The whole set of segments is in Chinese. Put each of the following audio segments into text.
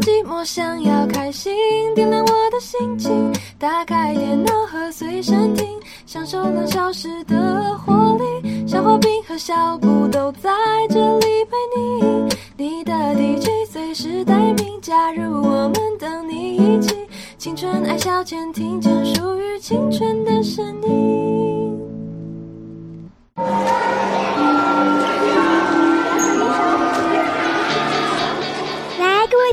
寂寞，想要开心，点亮我的心情。打开电脑和随身听，享受两小时的活力。小花瓶和小布都在这里陪你，你的 DJ 随时待命，加入我们，等你一起。青春爱消遣，听见属于青春的声音。来，各位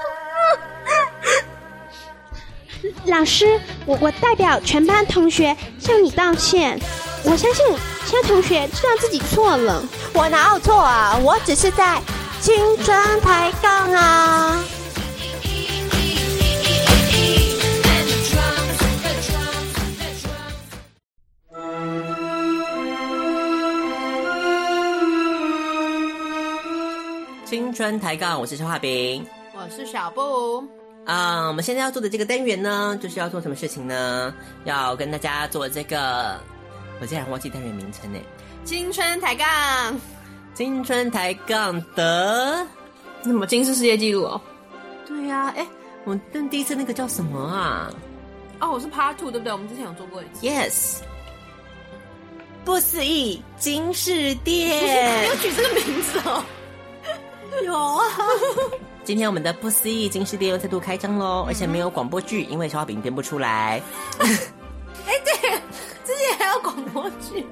啊！老师，我我代表全班同学向你道歉。我相信其他同学知道自己错了。我哪有错啊？我只是在青春抬杠啊！青春抬杠，我是肖画饼。我是小布，啊、我们现在要做的这个单元呢，就是要做什么事情呢？要跟大家做这个，我竟然忘记单元名称呢。青春抬杠，青春抬杠的，什么金氏世界纪录哦？对呀、哎，我但第一次那个叫什么啊哦，我是 Part Two 对不对？我们之前有做过一次。 ？Yes，不思议金 饰店。要取这个名字哦？有啊，今天我们的不思议金饰店又再度开张嗯喽，而且没有广播剧，因为小画饼编不出 来。哎之前还有广播剧。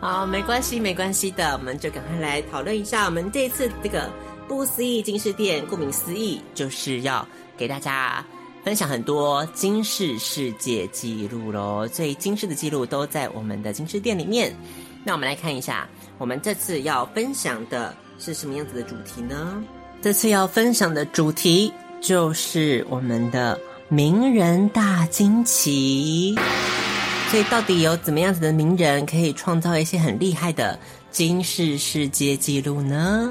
好，没关系，没关系的，我们就赶快来讨论一下我们这次这个不思议金饰店。顾名思义，就是要给大家分享很多金饰世界纪录喽。所以金饰的记录都在我们的金饰店里面。那我们来看一下，我们这次要分享的是什么样子的主题呢？这次要分享的主题就是我们的名人大惊奇。所以到底有怎么样子的名人可以创造一些很厉害的金氏世界纪录呢？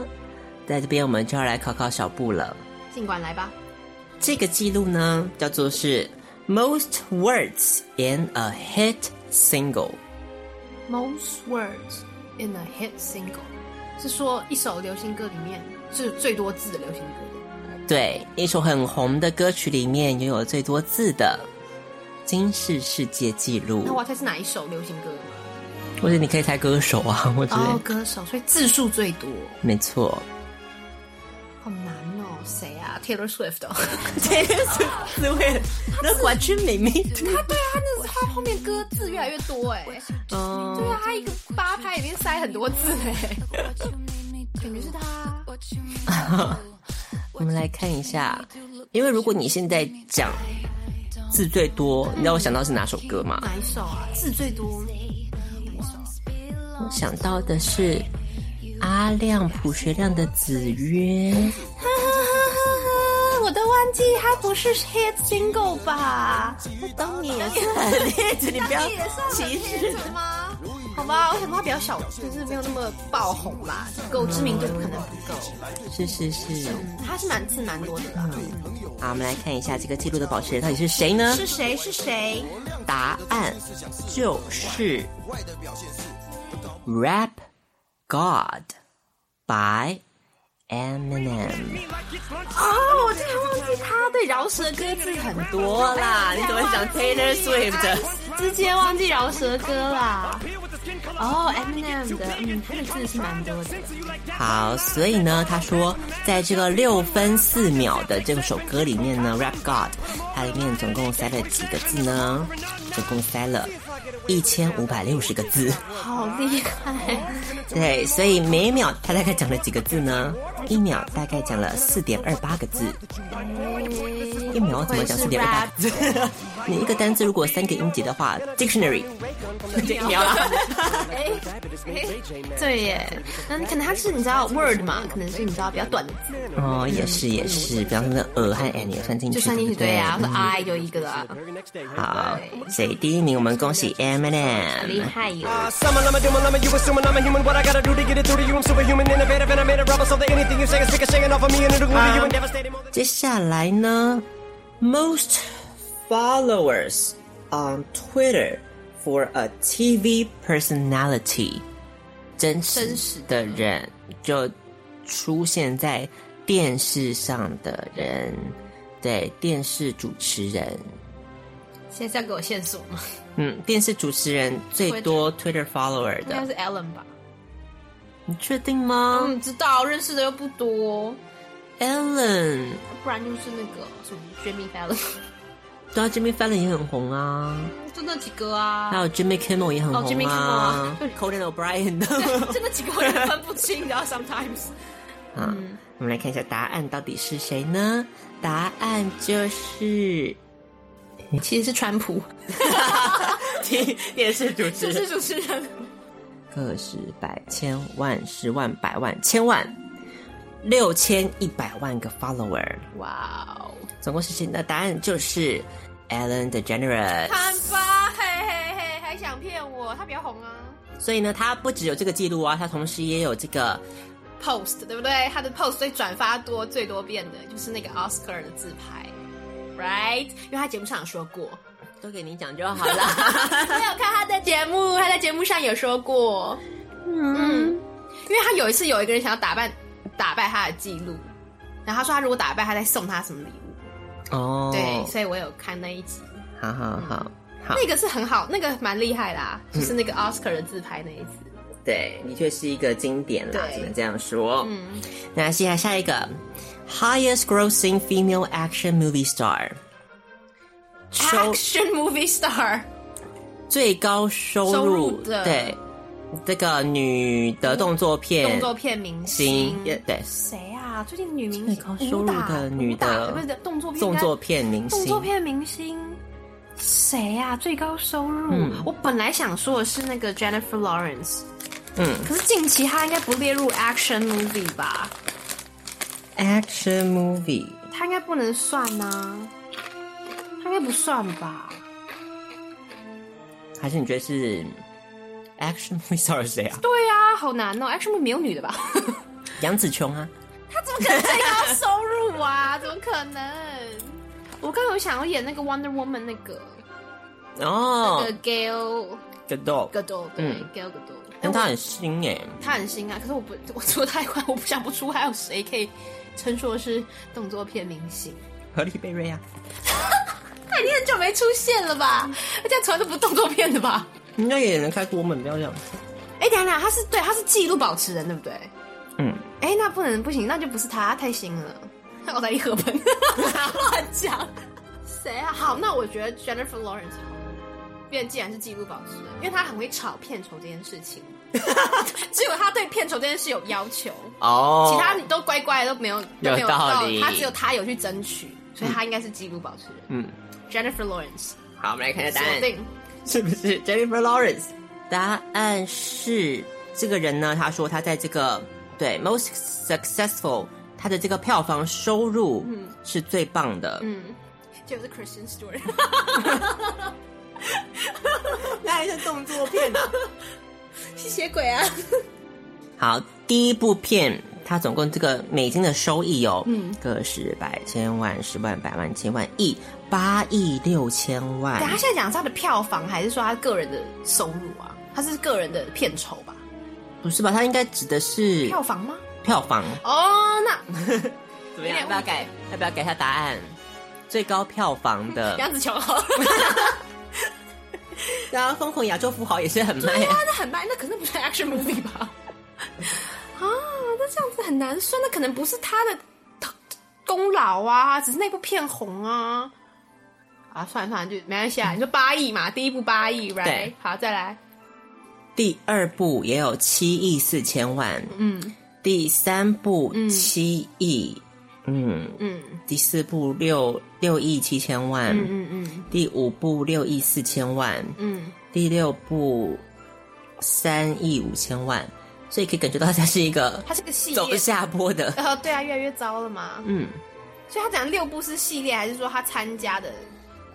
在这边我们就要来考考小布了。尽管来吧。这个记录呢，叫做是 Most Words in a Hit Single。 Most words in a hit single 是说一首流行歌里面是最多字的流行歌。对，一首很红的歌曲里面拥有最多字的金氏世界纪录那，我要猜是哪一首流行歌？或者你可以猜歌手啊， 或者、哦，歌手，所以字数最多，没错，好难哦。谁啊？Taylor Swift 哦。这是是为了那完全没命他 对啊，他那是他后面歌字越来越多哎、哦对啊，他一个八拍里面塞很多字哎、感觉是他。 我们来看一下，因为如果你现在讲字最多，你让我想到是哪首歌吗？哪一首啊？字最多。我想到的是阿亮朴学亮的《子曰》，我都忘记他不是 hit single 吧？当你也是很 hit，你不要歧视吗？ 好吧，我想他比较小，就是没有那么爆红啦，够知名度可能不够。是是是。他是蛮字蛮多的啦。好，我们来看一下这个记录的保持人到底是谁呢？是谁？是谁？答案就是 Rap God by Eminem。哦，我竟然忘记他对饶舌歌字很多啦！你怎么想 Taylor Swift？直接忘记饶舌歌啦。哦，Eminem 的，嗯，他的字是蛮多的。好，所以呢，他说，在这个六分四秒的这首歌里面呢，Rap God，它里面总共塞了几个字呢？总共塞了一千五百六十个字。好厉害！对，所以每秒他大概讲了几个字呢？一秒大概讲了四点二八个字。一秒怎么讲四点二八个字？ 你一个单字如果三个音节的话，dictionary 就一 秒啦。哎对耶，嗯，可能他是你知道 word 嘛，可能是你知道比较短的字，哦，也是也是，比方说那呃和 n 也算进去，就算进对去不对对啊，或者 I 就一个啦，好，所以第一名我们恭喜 Eminem。厉害哟。 Summon, I'm a demon, I'm a you assuming I'm a human. What I gotta do to get it through to you? I'm superhuman, innovative, and I made a rubber. So that anything you say is bigger, shaking off of me and it'll move you and devastating. 接下来呢，most followers on Twitter for a TV personality，真真实实的人就出现在电视上的人，对，电视主持人。现在是要给我线索吗？嗯，电视主持人最多 Twitter follower 应该的，是 Alan 吧？你确定吗、嗯，知道认识的又不多， a 嗯 l a n 不然就是那个什么 Jimmy Fallon，对啊，Jimmy Fallon 也很红啊， 就那几个啊还，有 Jimmy Kimmel 也很红啊、哦，Jimmy Kimmel 啊 Conan O'Brien 的。 就那几个我也分不清，然后 sometimes 啊，嗯我们来看一下答案到底是谁呢？答案 就是 其实是川普，电视主这是主持人，个十百千万十万百万千万六千一百万个 follower，哇哦，总共是谁呢？答案就是 Ellen DeGeneres。看吧，嘿嘿嘿，还想骗我？他比较红啊。所以呢，他不只有这个记录啊，他同时也有这个 post，对不对？他的 post 最转发多、最多遍的就是那个 Oscar 的自拍，right？因为他节目上有说过，都给你讲就好 了。我有看他的节目，他在节目上有说过，嗯，因为他有一次有一个人想要打败打败他的记录，然后他说他如果打败，他再送他什么礼 物？哦，对，所以我有看那一集，好好好，好，那个是很好，那个蛮厉害啦，嗯就是那个 Oscar 的自拍那一次，对，的确是一个经典啦，对只能这样说。嗯，那接下来下一个，highest grossing female action movie star，收 Action Movie Star 最高收入收入的对这个女的动作片动作片明星星，也对谁啊？最近女明最星高收武入打的女武打的不是动作片，动作片明动星作片明星谁啊？最高收入、嗯我本来想说的是那个 Jennifer Lawrence，嗯可是近期她应该不列入 action movie 吧？ action movie，她应该不能算呐、她应该不算吧？还是你觉得是 action movie star 是谁啊？对啊，好难哦，action movie 没有女 的吧？ 杨紫琼啊，她怎么可能最高收入啊？怎么可能？我刚有想要演那个 Wonder Woman 那个、哦那个 Gail ，Gadot， Gadot，对、嗯 Gail Gadot，但她很新哎，他很新啊，可是我不， 我说太快，我不想不出还有谁可以称说是动作片明星？何丽贝瑞啊。他已经很久没出现了吧？而且从来都不是动作片的吧？应该也能开国门，不要这样。哎、等一下等一下，他是对，他是记录保持人，对不对？嗯，哎、那不能不行，那就不是他，他太新 了。奥黛丽·赫 本乱讲，谁啊？好，那我觉得 Jennifer Lawrence 好了，因为既然是记录保持人，因为他很会炒片酬这件事 情，只有他对片酬这件事有要求。哦其他你都乖乖的都没有，都没有有道理他只有他有去争取，所以他应该是纪录保持人。嗯，Jennifer Lawrence 好，我们来看一下答锁案，定是不是 Jennifer Lawrence？答案是这个人呢，他说他在这个对 most successful，他的这个票房收入是最棒的。嗯，就是 Christian Stewart，那还是动作片啊呢、吸血鬼 啊！好，第一部片它总共这个美金的收益有，嗯，个十百千万十万百万千万亿八亿六千万等。他现在讲是他的票房，还是说他个人的收入啊？他是个人的片酬 吧？不是吧？他应该指的是票房吗？票房。哦，那怎么样要不要改？要不要 改一下答案？最高票房的杨紫琼好了，然后疯狂亚洲富豪也是很卖对啊啊，，那很慢，那可能不是 action movie 吧？ 啊，那这样子很难算，那可能不是他的功劳啊，只是那部片红啊。啊，算了算了，就没关系啊。你说八亿嘛，第一部八亿，right？对好，再来。第二部也有七亿四千万，嗯，第三部七亿，嗯嗯，第四部六六亿七千万，嗯嗯第五部六亿四千万，嗯，第六部三亿五千万，所以可以感觉到它是一个它是个系走列。下坡的，呃，对啊，越来越糟了嘛。嗯，所以他讲六部是系列，还是说他参加的？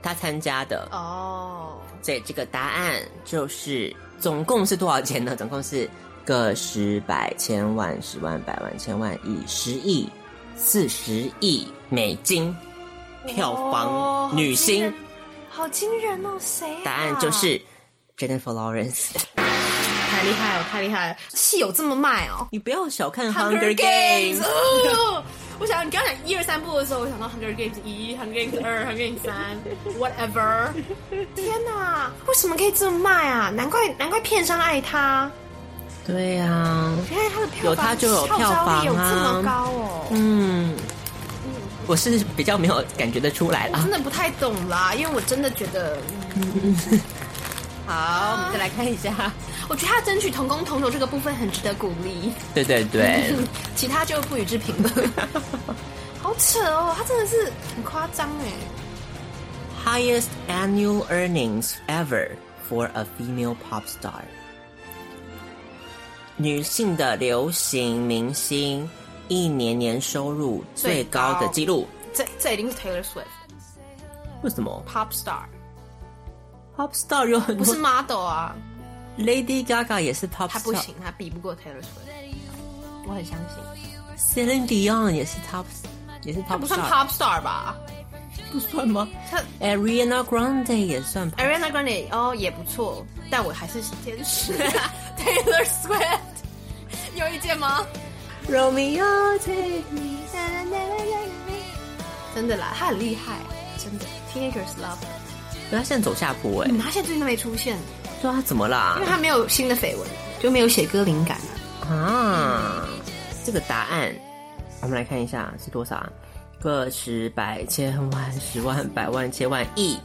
他参加的，哦，所以这个答案就是总共是多少钱呢？总共是个十百千万十万百万千万亿十亿四十亿美金票哦房女星，好惊人哦！谁、啊？答案就是 Jennifer Lawrence。 太厉害了，太厉害了！戏有这么卖哦？你不要小看《 《 Hunger Games》哦 我想你刚讲一二三部的时候，我想到《Hunger Games》一、《Hunger Games》二、《Hunger Games》三，whatever。天哪，为什么可以这么卖啊？难怪难怪片商爱他，对啊，原来他的票有它房就有号票召房力有这么啊高哦。嗯，我是比较没有感觉得出来我啦真。的不太懂啦，因为我真的觉得， 啊好，我们再来看一下。我觉得他争取同工同酬这个部分很值得鼓 励，对对对，其他就不予 置评了。好扯哦，他真的是很夸张哎。 highest annual earnings ever for a female pop star。女性的流行明星一年年收入最高的记录，这这一定是 Taylor Swift 为什么 pop star， pop star 有很不多是 model 啊， Lady Gaga 也是 pop 他不 star，Celine 行，他比不过 Taylor Swift，我很相信。 Dion 也是 top 也是他 top 不算 star pop star 吧？不算吗他？Ariana Grande 也算 pop Ariana Grande 哦也不错，但我还是坚 持 Taylor Swift。你有意见吗？ Romeo 真的啦，他很厉害，真的。Teenagers love，对他现在走下坡哎、嗯，他现在最近都没出现，因对啊，怎么啦为？他没有新的绯闻，就没有写歌灵感了。啊，这个答案，我们来看一下是多少啊？个十百千万十万百万千万亿，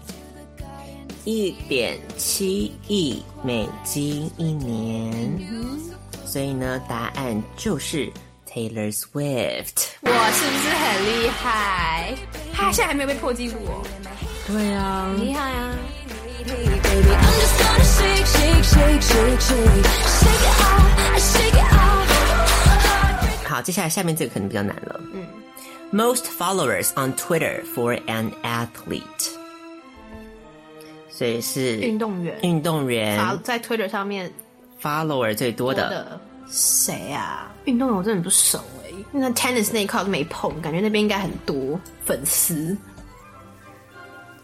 一点七亿美金一年。所以呢，答案就是 Taylor Swift。我是不是很厉害？他现在还没有被破纪录哦，对啊，厉害啊！ Baby, I'm just gonna shake, shake, shake, shake, shake. Shake it off, shake it off. 好，接下来下面这个可能比较难了。嗯，Most followers on Twitter for an athlete，所以是运动员运动员好，在 Twitter 上面 follower 最多我的，的谁啊？运动员我真的不熟哎、因为他 tennis 那一块我都没碰，感觉那边应该很多粉丝。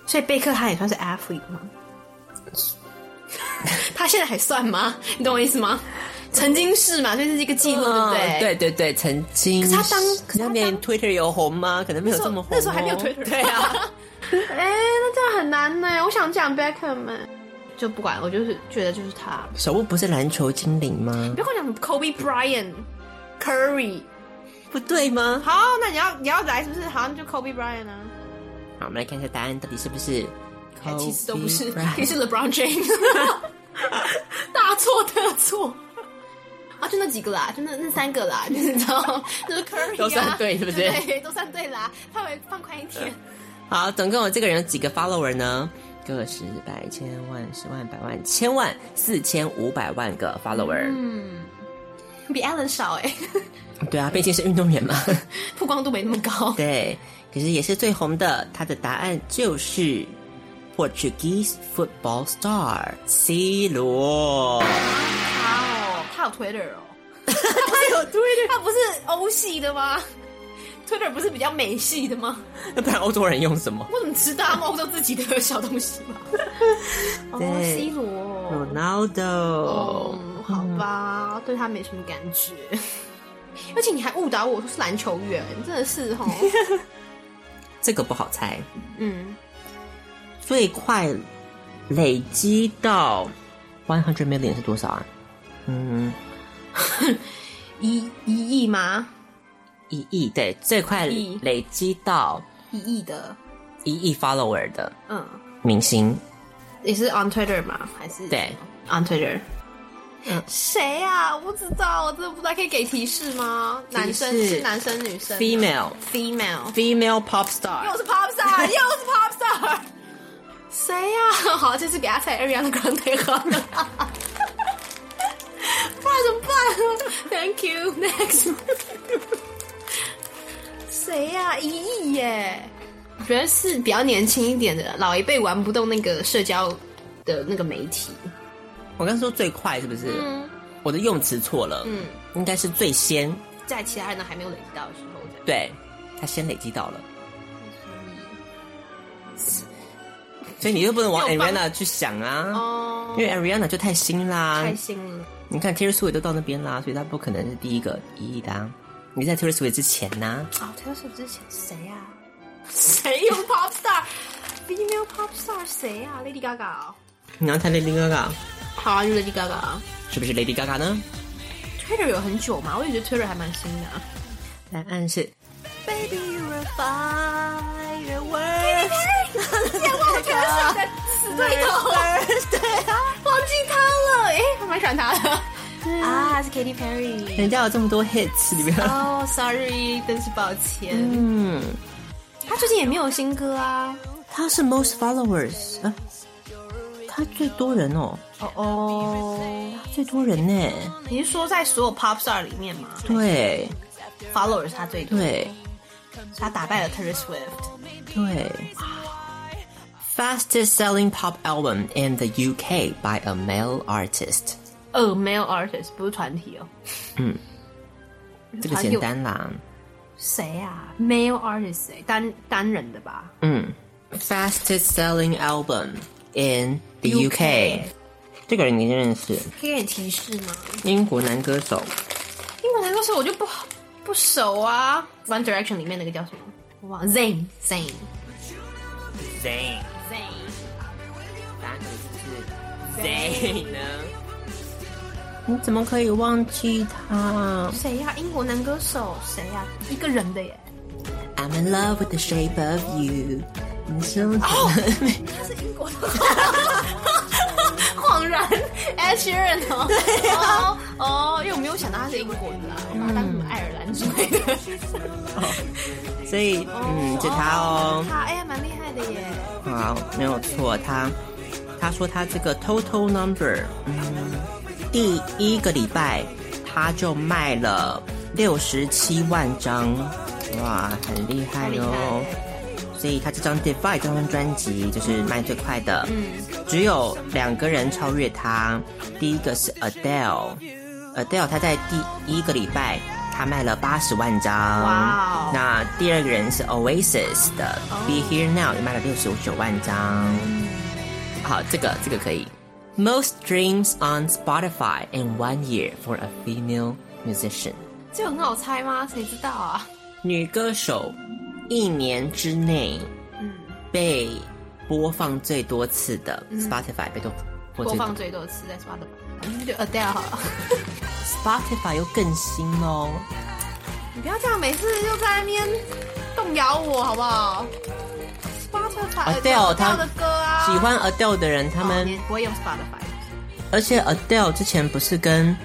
所以贝克汉也算是 athlete 吗？ 他现在还算吗？你懂我意思吗？曾经是嘛，所以这是一个记录，对不对？嗯对对对，曾经。可是他当可可是是他那当边 Twitter 有红吗？可能没有这么红、哦那时候还没有 Twitter 对啊， 哎、那这样很难呢、我想讲 Beckham，、就欸不管，我就是觉得就是他。小布不是篮球精灵吗不？要跟我讲什么 Kobe Bryant、Curry，不对吗？好，那你要你要来是不是？好，那就 Kobe Bryant 啊。好，我们来看一下答案到底是不是哎 Kobe Bryant。其实都不是，你是 LeBron James，大错特错。啊，就那几个啦，就那那三个 啦，就是你知道，就是 Curry 啊都算对是不是对，都算对啦，范围放宽一点。好，总共我这个人有几个 follower 呢？个十百千万十万百万千万四千五百万个 follower。 嗯比 Allen 少哎、对啊，毕竟是运动 员嘛。曝光度没那么高。对，可是也是最红的，他的答案就是 Portuguese football star C 罗。他哦，他有 Twitter 哦， 他有 Twitter，他不是欧系的吗？Twitter 不是比较美系的吗？ 那不然欧洲人用什么我怎么知道？他们欧洲自己的小东西 嘛。哦对，C 罗，哦？Ronaldo。嗯，好吧，对他没什么感觉。 而且你还误导我说是篮球员，真的是 吼。这个不好猜。嗯，最快累积到 one hundred million 是多少啊？嗯，一一亿吗？一亿对，最快一亿累积到一亿的，一亿 follower 的嗯，明星，也是 on Twitter 吗？还是对嗯 on Twitter？谁呀、我不知道，我真的不知道，可以给提示吗？提示男生是男生，女生，female female， female pop 又 star，是 pop star，又是 pop star，谁呀、 好，这次给他猜 Ariana Grande 好了， 不然怎么办？Thank you, next。谁呀、一亿耶！我觉得是比较年轻一点的，老一辈玩不动那个社交的那个媒体。我刚说最快是不是？我的用词错了，嗯，应该是最先，在其他人都还没有累积到的时候，这样对他先累积到了，所以你又不能往又放 Ariana 去想啊，哦因，为 Ariana 就太新啦开，心了。你看 Taylor Swift 都到那边啦，所以他不可能是第一个一亿的、啊。你在 Taylor Swift 之前呢、啊，Taylor Swift 之前谁呀、 谁用 pop star？female pop star 谁呀、l a d y Gaga 哦、你要猜 Lady Gaga 好啊，就 Lady Gaga。是不是 Lady Gaga 呢？ Twitter 有很久嘛，我也觉得 Twitter 还蛮新的、啊。答案是 Baby, you're a firework. 健忘 Taylor Swift 的死 对头，忘记他了。哎、我蛮喜欢他的。啊，他是 Katy Perry。人家有这么多 hits 里面，哦、s o r r y 真是抱歉。 嗯，他最近也没有新歌啊。他是 most followers 啊，他最多人哦，哦哦，他最多人呢，你是说在所有 pop star 里面吗对？Followers 他最多，对他打败了 Taylor Swift。对。Fastest selling pop album in the UK by a male artist，呃，male artist 不是团体哦，这个简单啦，谁啊？male artist 谁？单单人的吧？嗯，fastest selling album in the UK，, UK 这个人你一定认识，可以给你提示吗？英国男歌手，英文男歌手我就不不熟啊。One Direction 里面那个叫什么？我忘了 Zayn Zayn Zayn， Zayn，答案是谁呢？你怎么可以忘记他谁呀、英国男歌手谁呀、一个人的耶。 ？I'm in love with the shape of you，你是不是他是英国的， 恍然 Ed Sheeran 哦，哦哦，因为我没有想到他是英国的、啊，我把他当什么爱尔兰之类的。 所以嗯，就他哦，他哎呀蛮厉害的耶。好，没有错，他他说他这个 total number，嗯，第一个礼拜他就卖了六十七万张，哇，很厉害太厉哟、害了所以他这张 Divide 这张专辑就是卖最快的，嗯只有两个人超越他，第一个是 Adele，Adele 她呃在第一个礼拜她卖了八十万张，哇哦哦那第二个人是 Oasis 的 Be Here Now 也卖了六十九万张，嗯好，这个这个可以。Most streams on Spotify in one year for a female musician，这个很好猜吗？谁知道啊？女歌手一年之内嗯被播放最多次的 Spotify 被播嗯播最多放最多次在 Spotify，就啊 Adele 好了。 ，Spotify 又更新哦。你不要这样，每次就在那边动摇我，好不好？Spotify Adele 她的歌啊，哦喜欢 Adele 的人，他他们、不会用 Spotify，而且 Adele 之前不是跟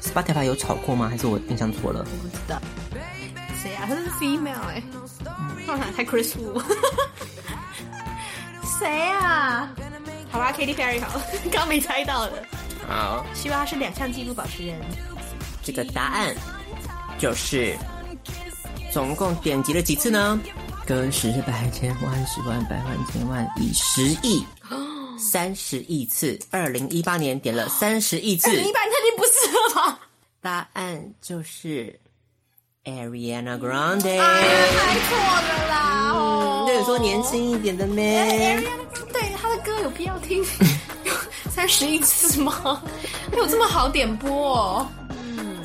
Spotify 有吵过吗？还是我印象错了？我不知道谁啊？他是 female 哎、欸，嗯突然太 Chris Wu，谁啊？好吧，Katy Perry 好了，刚没猜到的，好，希望他是两项纪录保持人。这个答案就是总共点击了几次呢？跟十百千万十万百万千万亿十亿。三十亿次，二零一八年点了三十亿次，你一般肯定不是了吧？答案就是 Ariana Grande。猜错了啦！哦哎嗯，那你说年轻一点的咩？对他的歌有必要听 三十一次吗？ 没有这么好点播哦。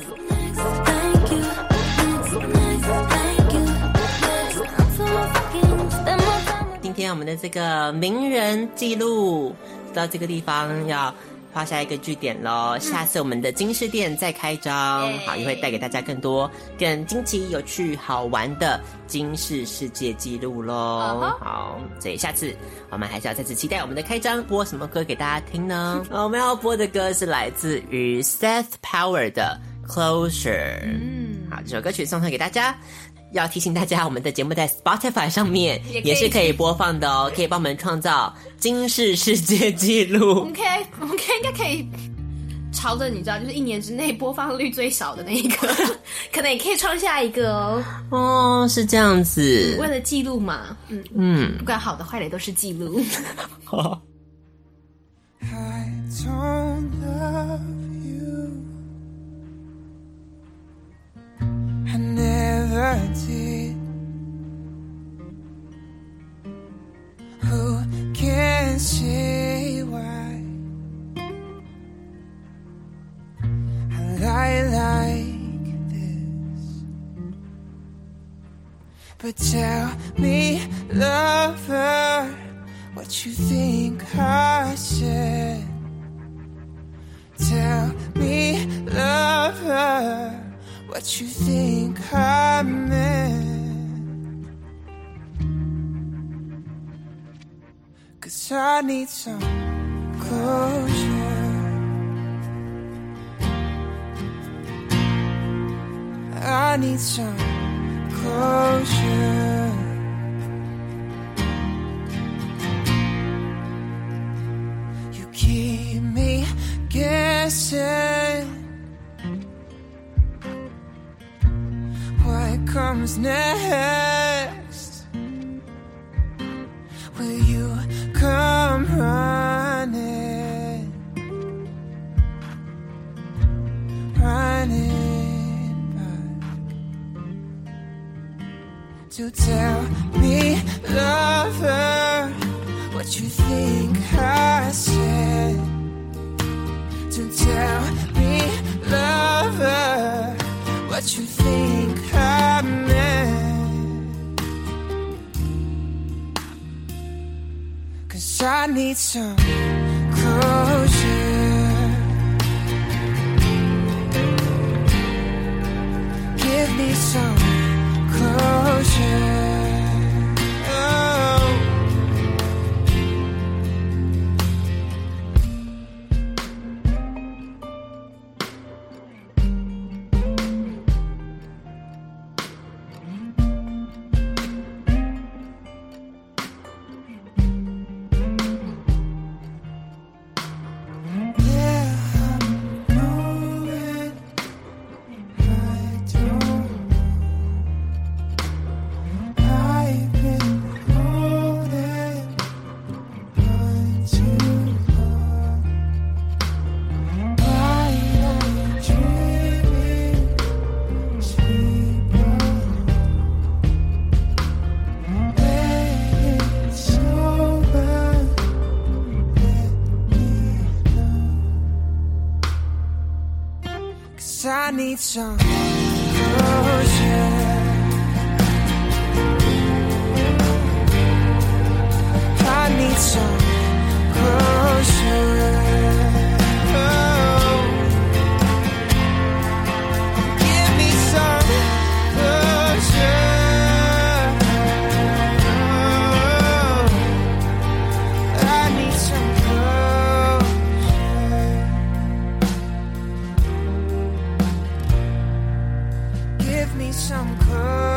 Thank you, next, next, thank you, next. I'm so fucking, 今天我们的这个名人记录到这个地方要画下一个句点喽。嗯下次我们的金饰店再开张，好，也会带给大家更多更惊奇、有趣、好玩的金饰世界纪录喽。嗯哼好，所以下次我们还是要再次期待我们的开张，播什么歌给大家听 呢？呃我们要播的歌是来自于 Seth Power 的 Closure。嗯，好，这首歌曲送上给大家。要提醒大家，我们的节目在 Spotify 上面也可以也是可以播放的哦，可以帮我们创造金氏世界纪录我。们可以，我们可以应该可以朝着你知道，就是一年之内播放率最少的那一个， 可能也可以创下一个哦。哦，是这样子为。了记录嘛，嗯，嗯，不管好的坏的都是记录。好， I don't love you. I never did. Who can say why? I lie like this. But tell me, lover, what you think I said. Tell me, lover, what you think I meant. Cause I need some closure. I need some closure. You keep me guessing. What comes next? Will you come running? Running back to tell me, lover, what you think I said. To tell me, lover, what you think I meant. Cause I need some closure. Give me some closure. Oh. Yeah, I'm moving. I don't know. I've been holding on too long. Why am I dreaming? Sleep alone. Laying sober. Cause I need some closure. I need some closure. Oh. Give me some closure. Oh. I need some closure. Give me some closure.